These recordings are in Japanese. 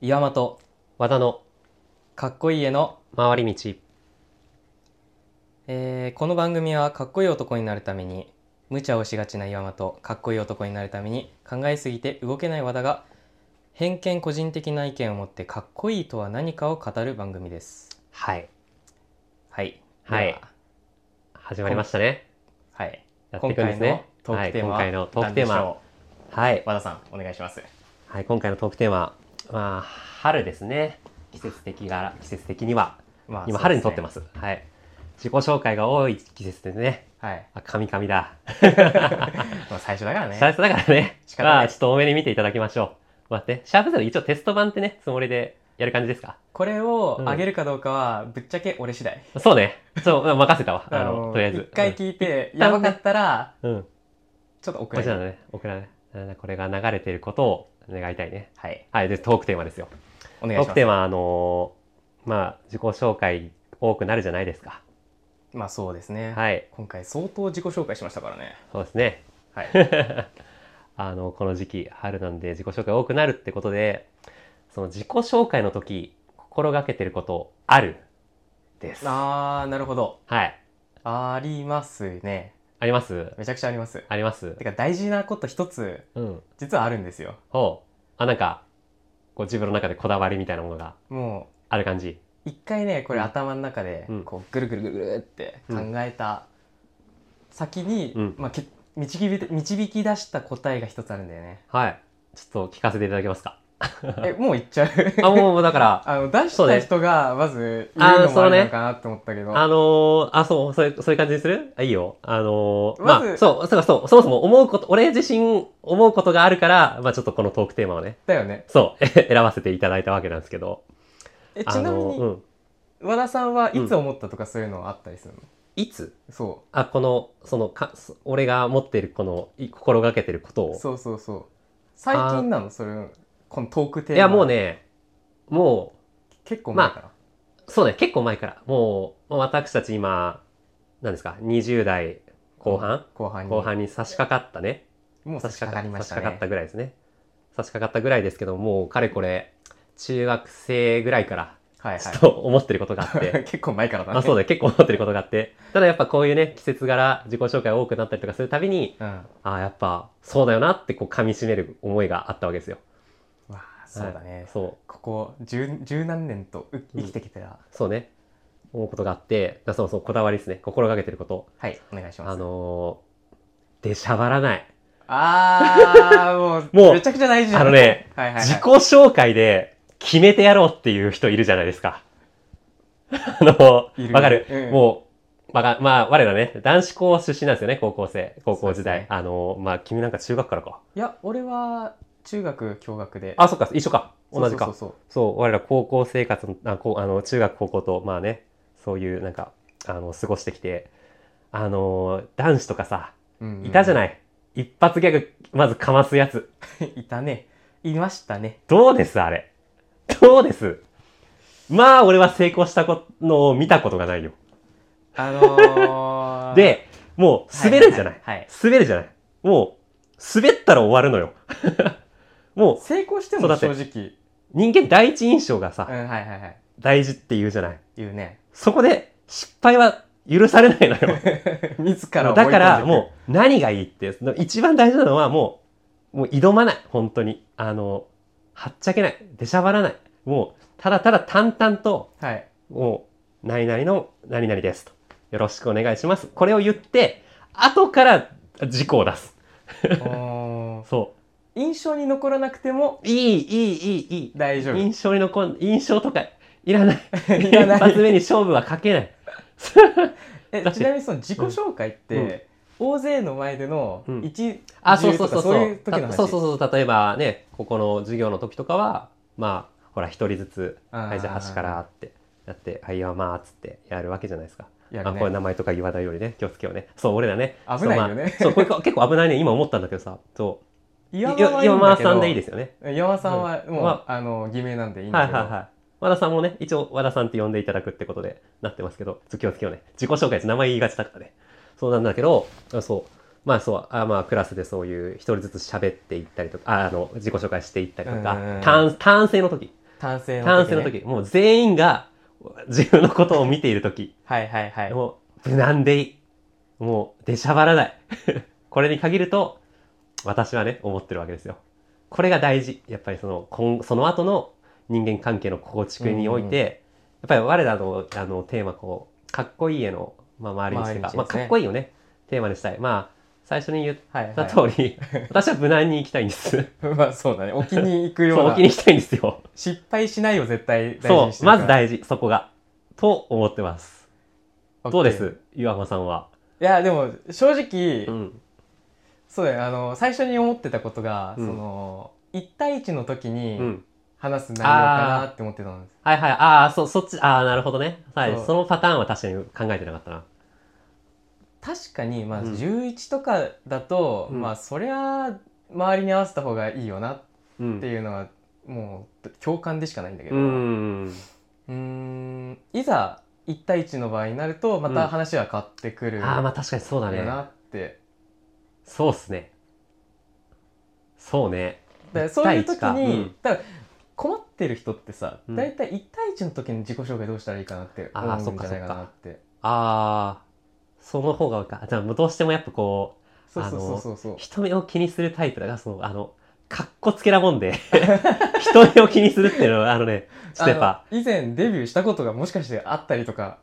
岩間と和田のかっこいいへの、回り道えーこの番組はかっこいい男になるために無茶をしがちな岩間とかっこいい男になるために考えすぎて動けない和田が偏見個人的な意見を持ってかっこいいとは何かを語る番組ですはいはいはいでは始まりましたねはい、やって今いくんです回のねトークテーマはい、今回のトークテ何でーしマょはい、う和田さんお願いしますはい、今回のトークテーマまあ春ですね季節的が季節的にはまあ今春に撮ってますすはい自己紹介が多い季節ですねはい、あ神々だまあ、最初だからシャーねプだからね仕方ないまあちょっと多めに見ていただきましょう待ってシャープゼロ一応テスト版ってねつもりでやる感じですかこれを上げるかどうかはぶっちゃけ俺次第そうねちょっと任せたわああののとりあえず一回聞いて、うんやばかったら、うん、うんちょっと送こらちらのれね、送られない。これが流れていることを願いたいね。はい。はい、で、トークテーマですよ。お願いトしまークすテー。マは、あのーまあ、自己紹介多くなるじゃないですか。まあそうですね。はい、今回相当自己紹介しましたからね。そうですね。はい。 あの、この時期、春なんで自己紹介多くなるってことで、その自己紹介の時、心がけてること、ある、です。はあー、なるほど。い。ありますね。ありますめちゃくちゃあります。ありますてか大事なこと一つ、うん。実はあるんですよ。ほう。あ、なんか、こう自分の中でこだわりみたいなものがもある感じ。う、一回ね、これうん頭の中でうん、こう、ぐるぐるぐるぐるって考えた先に、うん。まあ、け導き導き出した答えが一つあるんだよね はい。ちょっと聞かせていただけますか。え、もう言っ ちゃうあ、もう、だから、あの出した人がまず言うのもあれなのかなって思ったけど、あのー、あ、そう、そういう、そういう感じにするあ、いいよ。あのー、まずまあ、そう、そうか、そう、そもそも思うこと、俺自身思うことがあるから、まあちょっとこのトークテーマをね、だよねそう、 選ばせていただいたわけなんですけど。えあちなみのーうにん。和田さんはいつ思ったとかそういうのはあったりするの、いつそあ、この、その、か、そ俺が持ってる、この、い心がけてることうを。そうそうそう最近なのそれこのトークテーマいや、もうね、も結構前から、う、そうね、結構前から、もう、もう私たち今、何ですか、20代後半後半に後半に差し掛かったね。もう差し掛かりましたね差し掛かったぐらいですね。差し掛かったぐらいですけど、もうかれこれ、中学生ぐらいから、はいちょはっと思ってることがあ って。い結構前からだねまあそうだだよ、結構思ってることがあって。ただやっぱこういうね、季節柄、自己紹介多くなったりとかするたびに、うんああ、やっぱ、そうだよなってこう噛み締める思いがあったわけですよ。わあそうだね、そう、ここ十十何年とう生きてきたら、そうね。思うことがあって、だそうそう、こだわりですね。心がけてること。はいお願いしますあのー、出しゃばらない。あーもうもうめちゃくちゃ大事じゃんあのね、はいはい、はい、自己紹介で決めてやろうっていう人いるじゃないですか。 あのい、るわかる、うんもう、まあ、まあ、我らね、男子校出身なんですよね、高校生。高校時代。そうですねあの、まあ、君なんか中学からか。いや俺は中学共学であ、そっか、一緒か。同じか。そそううそう我ら高校生活の、あこうあの中学、高校と、まあね、そういう、なんか、あの、過ごしてきて、あの、男子とかさ、そうそういたじゃい、ない。一発ギャグ、まずかますやつ。 いたねいましたねどうですあれ。どうですまあ、俺は成功したこのを見たことがないよ。あ のー、で、もう滑るじゃない。はいはいはいはい滑るじゃない。もう、滑ったら終わるのよ。 もう、成功してそもうだって正直人間第一印象がさ、うんはいはいはい大事って言うじゃない。言う ねそこで、失敗は許されないのよ。自らをだから、追い込んでいもう、何がいいって、その一番大事なのは、もう、もう挑まない。本当に。あの、はっちゃけない。出しゃばらない。もう、ただただ淡々と、くはいもう、何々の何々ですと。よろしくお願いします。これを言って、後から事故を出す。おーそ印象に残らなくてもう。いい、いい、いい、いい。大丈夫印象に残ん、印象とかいらない。いら ない一発目に勝負はかけない。えだってちなみにその自己紹介って、大勢の前でのうん一、うあ、そうそうそそうそうう。いう時の話たそうそうそう。例えばね、ここの授業の時とかは、まあ、ほら、一人ずつ、あーはい、じゃあ端からって、やって、はい、はまあ、つってやるわけじゃないですか。やあるこれね名前とか言わないようにね、気をつけようね。そう、俺ら ね。危ないよねそう、まあそうこれ結構危ないね。今思ったんだけどさ。そう。岩間はいい岩んだ間けどさんでいいですよね。岩間さんはもう、うんまあの偽名なんでいいんはだいけど、はいはい。和田さんもね、一応和田さんって呼んでいただくってことでなってますけど、ちょ気をつけようね。自己紹介って名前言いがちだからね。そうなんだけど、あそう。まあそう、あまあクラスでそういう一人ずつ喋っていったりとか、ああの、自己紹介していったりとかうんうんうん、単、単性の時。単性の時、ね、男性の時、もう全員が自分のことを見ている時、はいはいはいもう無難でいい。もう出しゃばらない。 これに限ると、私はね、思ってるわけですよ。これが大事。やっぱりその、今その後の人間関係の構築において、やっぱり我らのあのテーマ、こう、かっこいいへの、まあ、周りにして周りにか、まあ、してですねかっこいいをね、テーマにしたい。まあ、最初に言っはいたは通り、私は無難に行きたいんです。い まあそうだね置きに行くよそうう、な置きに行きたいんですよ。失敗しないを絶対大事そにしてう、るからまず大事、そこが。と思ってます。 OK どうです岩間さんは。いやでも正直、うん。そうだよあの最初に思ってたことが、うんその1対1の時うにん。話す内容かなって思ってたんです、はいはい。ああ、そ、そっち、ああ、なるほどね。はい。そうそのパターンは確かに考えてなかったな。確かにまあうん11とかだと、うんまあそりゃ周りに合わせた方がいいよなっうん。ていうのはもう共感でしかないんだけどう、ん。うーんいざ1対1の場合になるとまた話は変わってくるよああ、なまあ確かにそうだね。って、そうっすね。そうね。だからそういう一時対一かうにん、だから困ってる人ってさうん大体1対1の時に自己紹介どうしたらいいかなってあー思うんじゃないかなってああ、その方が多いか。じゃあ、もうどうしてもやっぱこそそうっかそうそうそうう、そ人目を気にするタイプだが、その、あの、かっこつけなも んで、人目を気にするっていうのは、あのね、ちょっとやっうぱ、あの以前デビューしたことがもしかしてあったりとか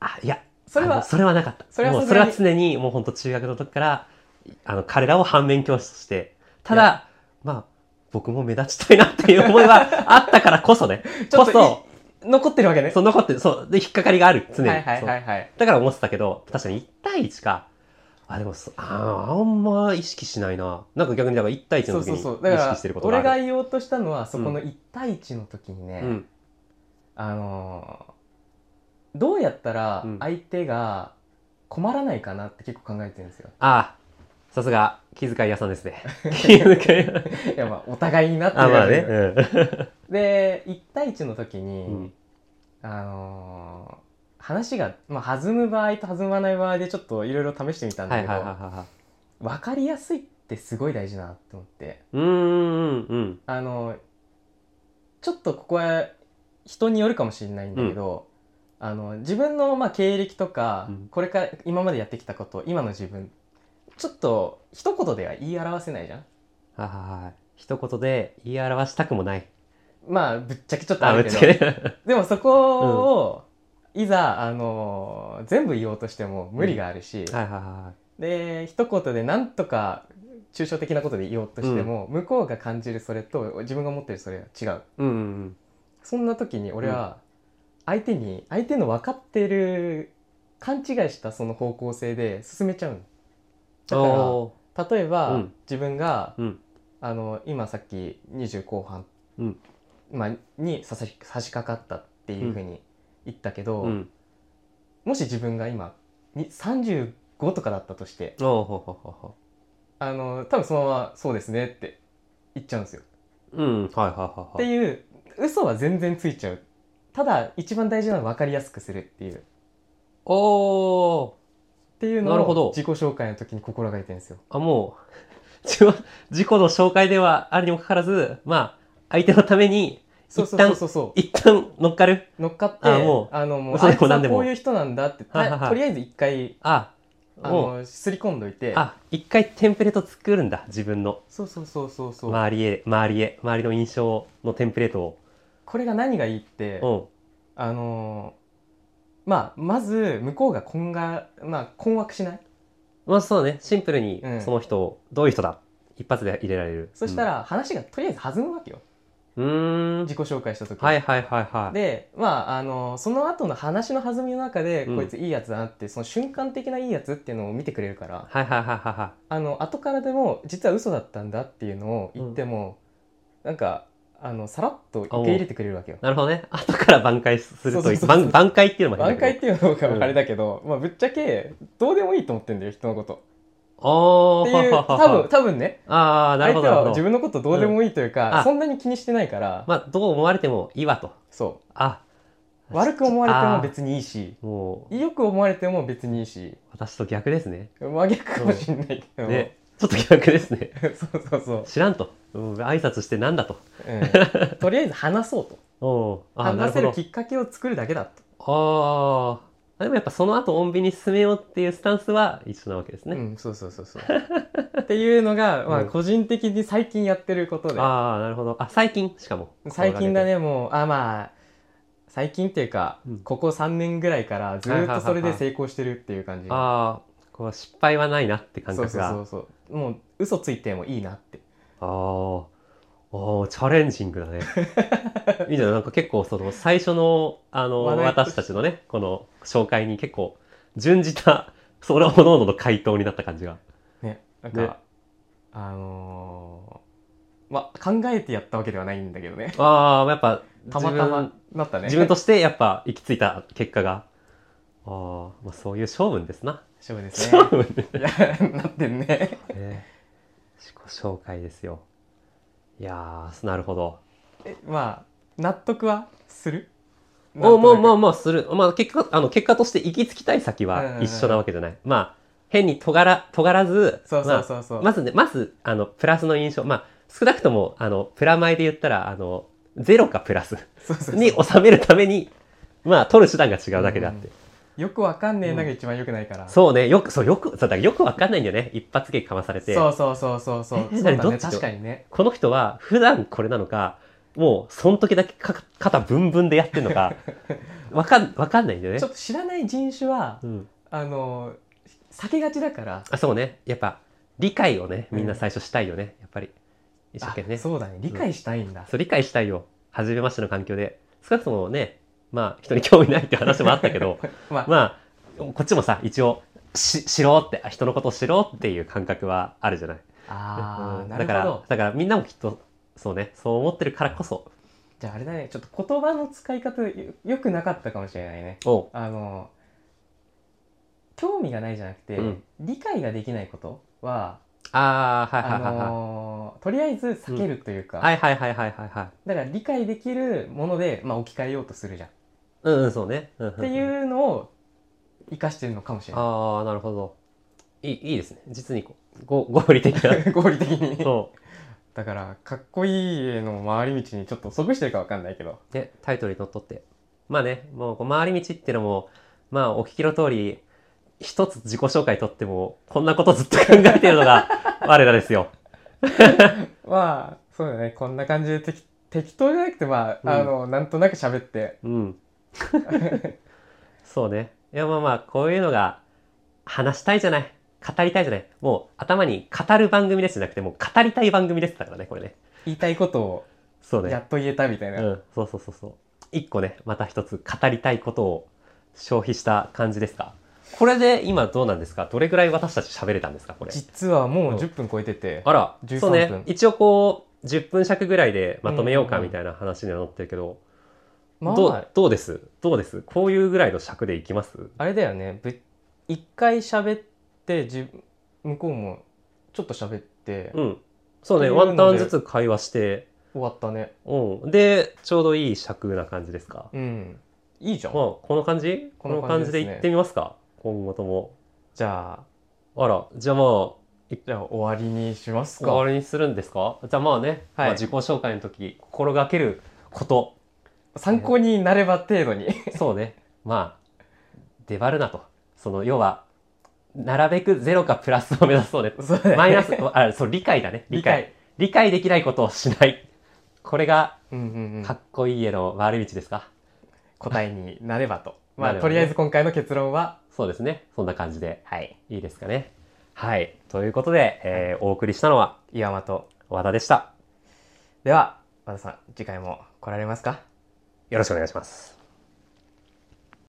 あ、いや、それあのはそれはなかった。それはもうさそすれがはに常に、もう本当中学の時から、あの、彼らを反面教師として、たいだ、まあ、僕も目立ちたいなっていう思いは あったからこそね、ちょっこそとい残ってるわけねそう残ってる、そう、で、引っかかりがある、常に。はいはいはいはいそうだから思ってたけど、確かに1対1か。あ、でもそ、あーあんま意識しないな。なんか逆に、だから1対1そのう時そにう意そうだ識かしてるらことがあ俺る。が言おうとしたのはそこの1対1の時にね、うん。あのーどうやったらうん相手が困らないかなって結構考えてるんですよ。ああ、さすが、気遣い屋さんで すね。気遣い屋。いやまあお互いになってあ、るまあわけね。でうん。で1対1の時に、うんあのー話が、まあ、弾む場合と弾まない場合でちょっといろいろ試してみたんだはけいはいど、はいはいはい。分かりやすいってすごい大事だなと思ってうーんうんあのーちょっとここは人によるかもしれないんだけど、あの自分のまあ経歴とか、うんこれから今までやってきたこと今の自分ちょっと一言では言い表せないじゃんはいはいはい一言で言い表したくもないまあぶっちゃけちょっとああぶっるけちどゃけねでもそこを、いざ、あのー全部言おうとしても無理があるし、はいはいはで一言でなんとか抽象的なことで言おうとしても、向こうが感じるそれと自分が思ってるそれは違ういうんうんそんな時に俺は相手に、相手の分かってる勘違いしたその方向性で進めちゃうのだからお例えば、うん自分が、うんあの今さっき20後半、うんまあ、に差し差し掛かったっていうふうに言ったけど、ーうんもし自分が今に35とかだったとしておおほほほほあの多分そのまま「そうですね」って言っちゃうんですよ。うんはいはいはいっはていいう嘘は全然ついちゃうただ一番大事なのは分かりやすくするっていうっおおていうのなるほどを自己紹介の時に心がけてるんですよ。あもう自分自己の紹介ではあるにもかかわらずまあ相手のためにそう一そうそう旦そうそ一旦乗っかるう乗っかってあもうあのもう嘘あでいつも何はでもこういう人なんだってはいはいはいとりあえず一回ああもうのすり込んどいてあ一回テンプレート作るんだ自分のそうそうそうそうそう、周りへ周りへ周りの印象のテンプレートこれが何がいいって、をあのーまあまず向こうがこんが、まあ、困惑しないうんまあそうねシンプルにうんその人をどういう人だ一発で入れられるそしたら話がとりあえず弾むわけようーん。自己紹介した時、はいはいはいはい。でまああのその後の話の弾みの中で、うんこいついいやつだなってその瞬間的ないいやつっていうのを見てくれるからはいはいはいはいはあの後からでも実は嘘だったんだっていうのを言っても、なんかあのさらっと受け入れてくれるわけよい。。なるほどね。後から挽回するとそういそううそう挽挽回っていうのも変挽だけ回どっていうのがあれだけど、まあ、ぶっちゃけどうでもいいと思ってんだよ人のこと。おっーていうははは多分多分ねああ、なる相ほ手どなるはほ自ど。分のことどうでもいいというか、うんあそんなに気にしてないから、まあ、どう思われてもいいわと。そあ、う悪く思われても別にいいしもう、よく思われても別にいいし私と逆ですね。真逆かもしんないけど、ね。ちょっと逆ですね。 そうそうそう、知らんと。うん挨拶してなんだと。 うん、とりあえず話そうとおーあーなる話ほせどるきっかけを作るだけだと、ああ。でもやっぱその後、穏便に進めようっていうスタンスは一緒なわけですうね。ん、そうそうそうそうっていうのが、まうあ、ん個人的に最近やってることでああ、なるほど。あ、最近しかも。最近だねもうあまあ最近っていうか、うんここ3年ぐらいからずーっとそれで成功してるっていう感じがああ、こう失敗はないなって感そう覚そうが。そうそうもう嘘ついてもいいなってああ、おーチャレンジングだ ね。いいじゃん、なんか結構その最初の、あの、話題と私たちのね、この紹介に結構準じた、 それほどのの回答になった感じが。ねなんか、ねあのーまあ考えてやったわけではないんだけどねああ、やっぱ、たまたまなったね自分としてやっぱ行き着いた結果が。あーまあ、そういう勝負ですな。勝負ですね 勝負ね。いやなってん ねね自己紹介ですよ。いやー、なるほど。えまあ納得はするおまあまああまあする。まあ結果、あの結果として行き着きたい先うんうんうはん一緒なわけじゃない。まあ、変に尖ら、尖らず、そうそうそうそう、まあまずね、まず、あの、プラスの印象。まあ、少なくとも、あの、プラマイで言ったら、あの、ゼロかプラスそうそうそうに収めるために、まあ、取る手段が違うだけであって。よくわかんねえなが一番よくないから、そうね、よく、そう、よく、そうだからよくわかんないんだよね。一発芸かまされて。そうそうそうそうそうえそうだ何どっねちと確かにねこの人は、普段これなのか、もう、その時だけか肩ブンブンでやってん のか、わかん、わかんないんだよねちょ。っと知らない人種はうん。あの避けがちだからあそうねやっぱ理解をねうんみんな最初したいよね、やっぱり一生懸命ねあそうそうだね理解したいんだ、理解したいよ初めましての環境で少なくともねまあ人に興味ないって話もあったけど まあ、まあこっちもさ一応し知ろうってあ人のことを知ろうっていう感覚はあるじゃないあうーんなだかるほらどだからみんなもきっとそうねそう思ってるからこそじゃああれだねちょっと言葉の使い方よよくなかったかもしれないねおうあの興味がないじゃなくて、うん理解ができないことは、ああはいあはいはいはい、のーとりあえず避けるというか、はいはいはいはいはいはいだから理解できるもので、まあ、置き換えようとするじゃん、うんうんそうね、うんうんうん、っていうのを生かしてるのかもしれなああなるほどいいいいですね実にこうご 合理的ない 合理的にそうだからかっこいい絵の回り道にちょっと即してるかわかんないけどね、タイトルにのっとって。まあね、もうこう回り道ってのも、まあお聞きの通り、一つ自己紹介とっても、こんなことずっと考えているの が我らですよ。まあそうだねこんな感じで適適当じゃなくてまあ,、うんあのなんとなく喋って うん。そうね。いやまあまあ、こういうのが話したいじゃない。語りたいじゃない。もう頭に語る番組ですじゃなくて、もう語りたい番組ですだからね、これね。言いたいことそうをね。やっと言えたみたいな、うん、そうそうそうそう。一個ね、また一つ語りたいことを消費した感じですか。これで今どうなんですかどれぐらい私たち喋れたんですかこれ。実はもう10分超えてて、あら、 13そうね分。一応こう、10分尺ぐらいでまとめようかみたいな話にはなってるけど、まあどうどうですどうですこういうぐらいの尺でいきますあれだよねぶ一回喋ってじ向こうもちょっと喋ってうん。そうっね、ていうワンターのンでずつ会話して、終わったねうん。で、ちょうどいい尺な感じですか。うんいいじゃん、まあ、この感じここのの感感じじでですねいってみますか今後とも。じゃああら、じゃあまあ、じゃあ終わりにします終わかりにするんですかじゃあまあね、はいまあ自己紹介の時心がけること参考になれば程度にそうねまあ出張るなとその要はなるべくゼロかプラスを目 指そうねそうだねマイナスあそう理解だね理理解解理解できないことをしないこれがうんうんうんかっこいいへの回り道ですか、答えになれば とまなあ、ればねとりあえず今回の結論はそうですねそんな感じではいいいですかねはいということで、えーお送りしたのは岩間と和田でしたでは和田さん次回も来られますかよろしくお願いします